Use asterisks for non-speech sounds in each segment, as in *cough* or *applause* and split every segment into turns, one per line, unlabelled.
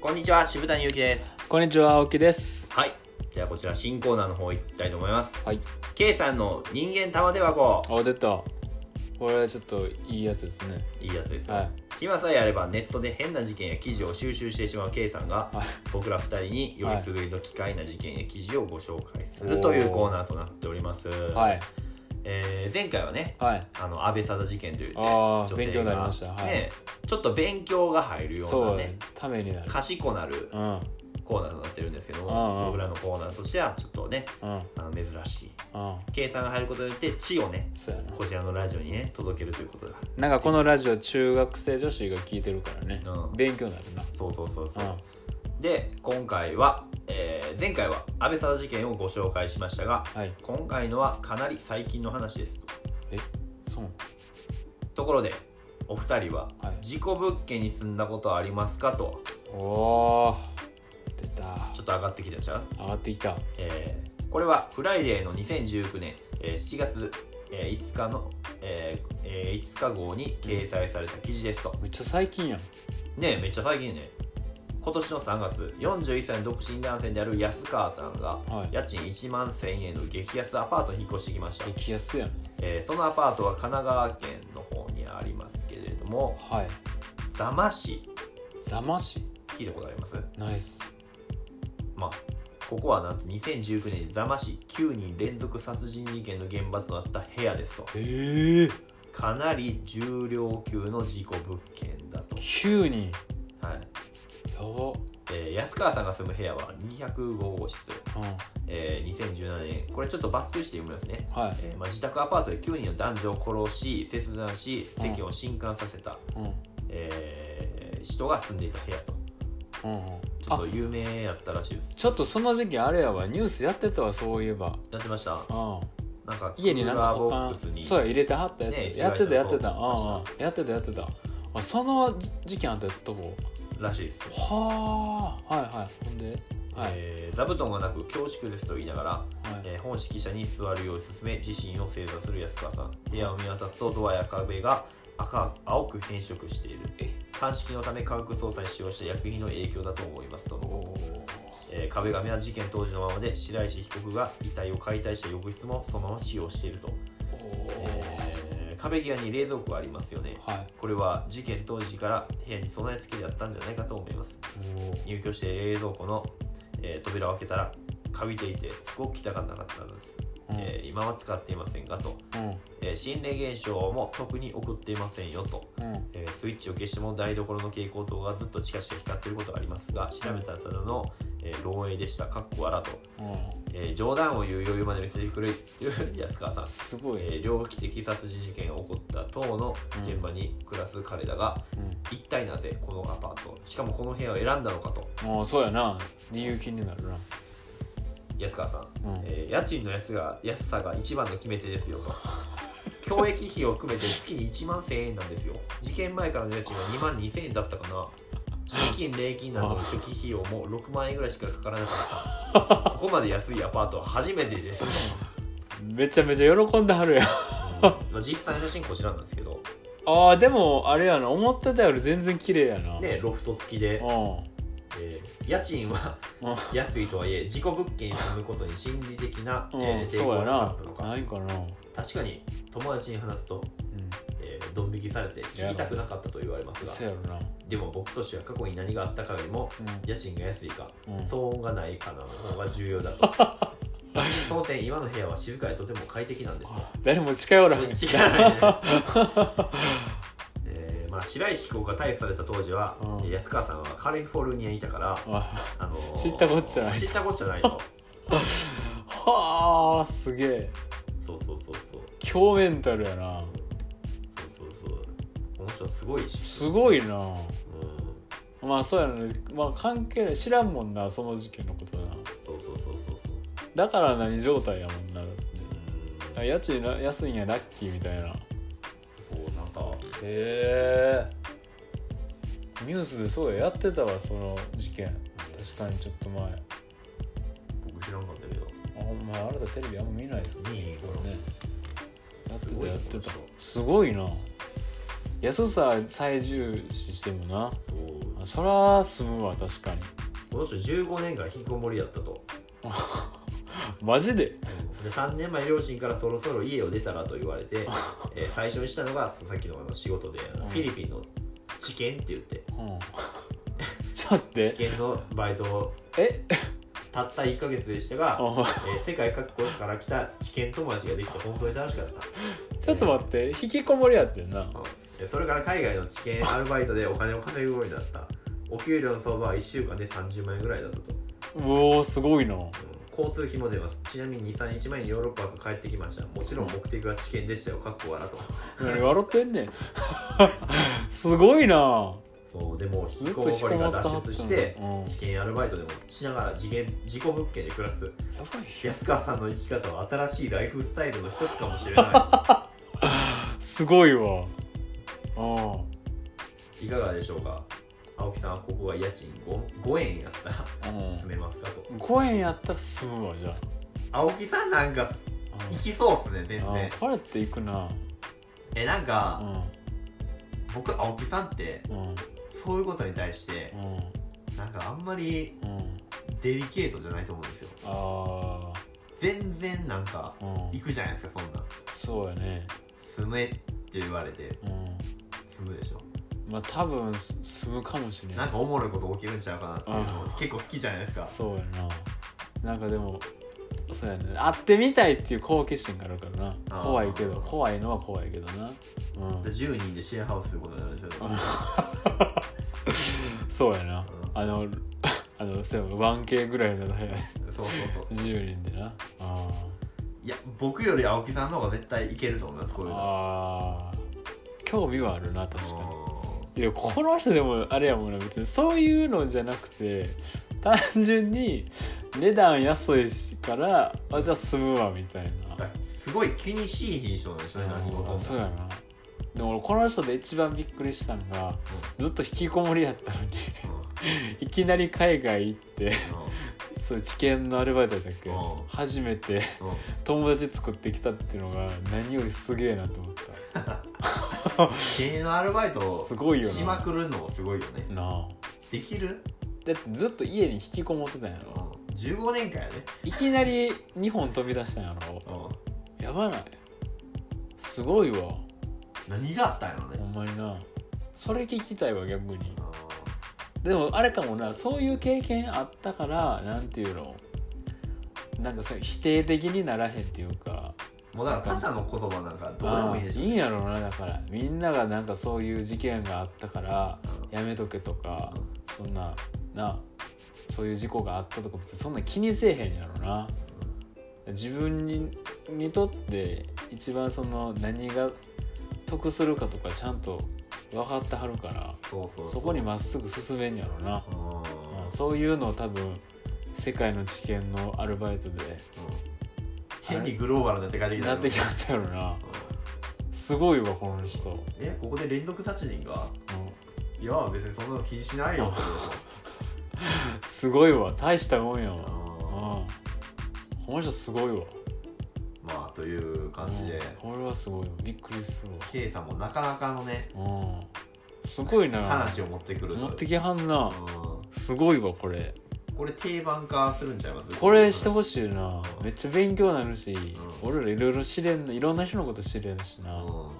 こんにちは渋谷ゆうきです
こんにちは、青木です。
はいじゃあこちら新コーナーの方行きたいと思います
はい。
K さんの人間玉手箱
あ、出た。これはちょっといいやつですね。
いいやつですよ、
はい。
暇さえあればネットで変な事件や記事を収集してしまう K さんが
はい
僕ら2人によ
は
り
い
すぐりの機械な事件や記事をご紹介するというコーナーとなっております、
はい。
えー前回はね
はい。
あの安倍貞事件という、ね、
あ
女
ー
性が
勉強になりましたはい
ね、ちょっと勉強が入るよう
そ
な
う
ね、
ためになる。
賢なる
うん。うん。
コーナーとなってるんですけど
う
も、
んうん
僕らのコーナーとしてはちょっとね
うん。
あの珍しい
うん。
計算が入ることによって知をね
そうやな。
こちらのラジオにね届けるということだ
なんかこのラジオ、中学生女子が聞いてるからね
うん。
勉強になるな。
そうそうそうそう、
うん。
で今回は、えー前回は安倍貞事件をご紹介しましたが
はい。
今回のはかなり最近の話です
そう。
ところでお二人は
はい
事故物件に住んだことはありますかと
おー。出た
ちょ。っと上がってきたじゃん、
上がってきた。
えーこれはフライデーの2019年、えー7月、えー5日の、えーえー5日号に掲載された記事ですと
めっちゃ最近やん。
ねえめっちゃ最近ね今年の3月41歳の独身男性である安川さんが
はい。
家賃1万1000円の激安アパートに引っ越してきました、
激安やん。
えーそのアパートは神奈川県の方にありますけれども
はい。
座間市
ざまし。
聞いたことあります
ナイス。
まあここはなんと2019年に座間市9人連続殺人事件の現場となった部屋ですと
ええ。
かなり重量級の事故物件だと、
9人。
はい
やば。
えー安川さんが住む部屋は205号室
うん。
えー2017年これちょっと抜粋して読みますね、
はい。
えーまあ、自宅アパートで9人の男女を殺し切断し世間を震撼させた、
うん。
えー人が住んでいた部屋と
うんうん。
ちょっ
あ
と有名やったらしいです
ちょっとその時期あれやわニュースやってたわそういえば、
やってました
うん、
なんか
家になん
クー
か
ラーボ
保
ックスに
管そうや入れてはったやつ、
ね
やってたやってた、
被害者
うん
の
うんやってたやってたあその事件あったとこ
らしいですよ、
はあはいはいほんではい、
えー座布団がなく恐縮ですと言いながら、
はい
えー本指揮者に座るよう勧め自身を正座する安川さん部屋を見渡すとドアや壁が赤青く変色している
え
鑑識のため科学捜査に使用した薬品の影響だと思いますとの
お
こと
おー
えー壁紙は事件当時のままで白石被告が遺体を解体した浴室もそのまま使用していると、えー壁際に冷蔵庫がありますよね
はい
これは事件当時から部屋に備え付けであったんじゃないかと思います入居して冷蔵庫の、えー扉を開けたらかびていてすごく汚かったのです、
うん
えー今は使っていませんがと、
うん
えー心霊現象も特に起こっていませんよと
うん
えースイッチを消しても台所の蛍光灯がずっとチカチカ光っていることがありますが調べたらただの、えー漏洩でしたかっこ笑と、
うん
えー冗談を言う余裕まで見せてくれっていう安川さん、
すごい、
えー猟奇的殺人事件が起こった当の現場に暮らす彼らが、
うん
一体なぜこのアパートしかもこの部屋を選んだのかと
もうそうやな理由気になるな
安川さん、
うん
えー家賃の安が安さが一番の決め手ですよと教育費を含めて月に1万1000円なんですよ事件前からの家賃は2万2000円だったかな借金礼金などの初期費用も6万円ぐらいしかかからなかった
*laughs*
ここまで安いアパートは初めてです、うん
めちゃめちゃ喜んではるやん
まあ、実際の写真こちらなんですけど
あーでもあれやな思ってたより全然綺麗やな
ねロフト付きで
う、ん
えー家賃は
うん
安いとはいえ事故物件に住むことに心理的な、
うん
えー抵
そう
抗
や
がなか
な
ったの。か
ないんかな。
確かに友達に話すと
うん。
えードン引きされて聞きたくなかったと言われます
そう
が
やろな。
でも僕としては過去に何があったかよりも家賃が安いか
うん。うん。
騒音がないかなの方が重要だと
*laughs*
その点今の部屋は静かでとても快適なんです
誰も近寄ら *laughs* へん。
と *laughs* えーまあ、白石被告が逮捕された当時は、
うん
安川さんはカリフォルニアにいたから、
あ
あのー
知ったこっちゃない
知ったこっちゃないと
はあ、すげえ。
そうそうそうそう
強メンタルやな。
そうそうそうこの人すごいし
すごいな。
うん
まあそうやな、まあ関係ない。知らんもんな、その事件のことな。
そうそうそうそうそう
だから何状態やもんな。だって
うん
あ家賃な安いんや、ラッキーみたいな。へ
こうなんか
え。ニュースでそうややってたわ、その事件。確かにちょっと前。あ
僕知らんかったけど
ほんまあなたテレビあんま見ないですもんね。
いい頃
ねやって
す
た
ごい
や
な
ってた
この人
すごいな安さ最重視してもな
そう
あそら住むわ確かに
この人15年間引きこもりやったと
マジで
で3年前両親からそろそろ家を出たらと言われ
*laughs*
て、えー最初にしたのがさっきのあの仕事であの
うん
フィリピンの治験って言って
うん *laughs* ちょっと待っ
治
て
験のバイトを
え
たった1ヶ月でしたが、
あ
えー世界各国から来た治験友達ができて本当に楽しかった
ちょっと待って引きこもりやってんな
でそれから海外の治験アルバイトでお金を稼ぐようになったお給料の相場は1週間で30万円ぐらいだったと、うん
うおーすごいな
交通費も出ますちなみに23日前にヨーロッパから帰ってきましたもちろん目的は治験でしたよかっこ笑と
何笑ってんねんすごいな
そうでも引
ず
き
っ
ことも
引きこ
り
も
が
ったは
脱出
ずな
し
の
て
うんや
治験やアルバイトでもしながら次元事故物件で暮ら *laughs* す
ばいよ
安川さんの生き方は新しいライフスタイルの一つかもしれな
すごいわあ
*laughs* いいかがでしょうか青木さんはここが家賃 5, 5円やったら
あうん
住めますかと
5円やったら済むわじゃあ
青木さんなんか
うん
行きそうっすね全
あ
然
ーパレット行くな
えなん
う
か
ん
僕青木さんって
うん
そういうことに対して
うん
なんかあんまり
うん
デリケートじゃないと思うんですよ
あ
全然なんか
あうん
行くじゃないですかそんなん
そうやね
住めって言われて
うん
住むでしょ
まあ多分す住むかもしれな
ないんかおもろいこと起きるんちゃうかなっていうの結構好きじゃないですか
そうやななんかでもそうやね会ってみたいっていう好奇心があるから
あ
な
ー
怖いけど怖いのは怖いけどなうん
で10人でシェアハウスすることになるでしょ
うんそうやなあの *laughs* あのそうや 1K ぐらいの部屋で
そうそうそう
10人でなあ
いや僕より青木さんの方が絶対いけると思いますこう
ー
いうの
あー興味はあるな確か
う
にいやこの人でもあれやもんな別にそういうのじゃなくて単純に値段安いしからあじゃあ済むわみたいなん
だからすごい気にしい品種なんでしょうね何事も
あそうやなでも俺この人で一番びっくりしたのがずっと引きこもりやったのに *laughs*
うんうん
いきなり海外行ってそういう知見のアルバイトだっけ
うん
初めて
うんうん
友達作ってきたっていうのが何よりすげえなと思っ
芸のアルバイト
た
を
すごいよな
しまくるのもすごいよね
なあ
できる
だってずっと家に引きこもってたんや
うん
ろ
15年間やね
いきなり2本飛び出したんやろ
うん
やばないすごいわ
何があったんやろ
ほ
ね
んまになそれ聞きたいわ逆に
うん
でもあれかもなそういう経験あったからなんていうのなんかそう否定的にならへんっていうか
もうだから他者の言葉なんかどうでもいいでしょ
あーいいんやろなだからみんながなんかそういう事件があったから
うん
やめとけとかそんななそういう事故があったとか別にそんな気にせえへんやろな自分ににとって一番その何が得するかとかちゃんと分かってはるから
そうそうう
そこにまっすぐ進めんやろな
うん
うんそういうのを多分世界の知見のアルバイトで
変にグローバルな世界的
なってき
た
はったやろなすごいわこの人、
えここで連続殺人が
う
いや別にそんなの気にしないよってことでし
んすごいわ大したもんやわ、うん、
ょ
この人すごいわ
まあという感じで
うんこれはすごいわびっくりする
K さんもなかなかのね
わ、うん、すごいな
話を持ってくると
持ってきはんな
う
すごいわこれ
んこれ定番化するんちゃいます
これしてほ
い
しいなめっちゃ勉強になるし、俺らいろいろ知れんないろんな人のこと知れるし
う
な、
ん
うん、安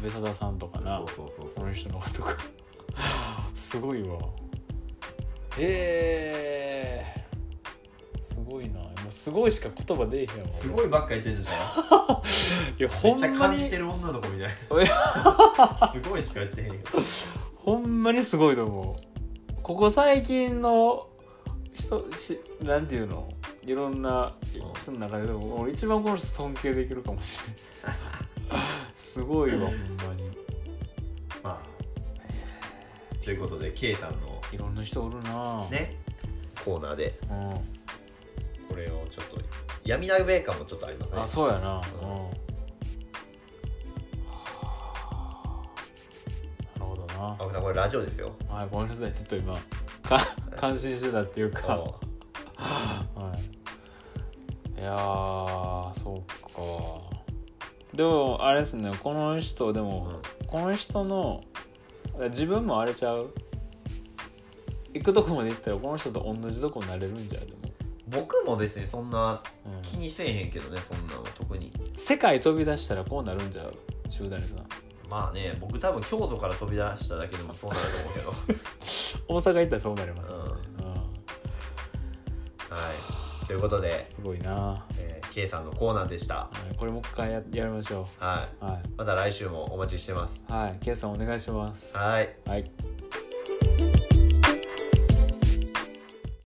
倍貞さんとかな、
そうそうそう
こ
そ
の
う
人のことか *laughs* すごいわへえすごいなもうすごいしか言葉出えへんわ
すごいばっか言ってるじゃん
いや
め
ほ
っ
ん
ちゃ
ま
感じ
に
てる女の子みたい
い
な *laughs* すごいしか言ってへんけど
ほんまにすごいと思うここ最近の人しなんていうのいろんな
うん
人の中ででも俺一番この人尊敬できるかもしれないすごいわほんまに
まあということで K さんの
いろんな人おるなぁ
ねコーナーで
うん
これをちょっと闇鍋感もちょっとありますね
あそうやな
う
うんんはあなるほどな
青木さんこれラジオですよ
はい、ごめんなさい、ちょっと今、か *laughs* 感心してたっていうか、はい、いやー、そうか。でも、あれですね、この人、で
うん
も、この人の、自分もあれちゃう行くとこまで行ったらこの人と同じとこになれるんじゃうでも、
僕も別にそんな
うん
気にせえへんけどねそんなんは特に
世界飛び出したらこうなるんじゃう集団にさん
まあね僕多分京都から飛び出しただけでもそうなると思うけど
大阪行ったらそうなります、ねうん
はいということで、
すごいな、
えー、K さんのコーナーでした
はい、これもう一回ややりましょ
はいう
は
また来週もお待ちしてます
いはいケイさんお願いします
はい
はい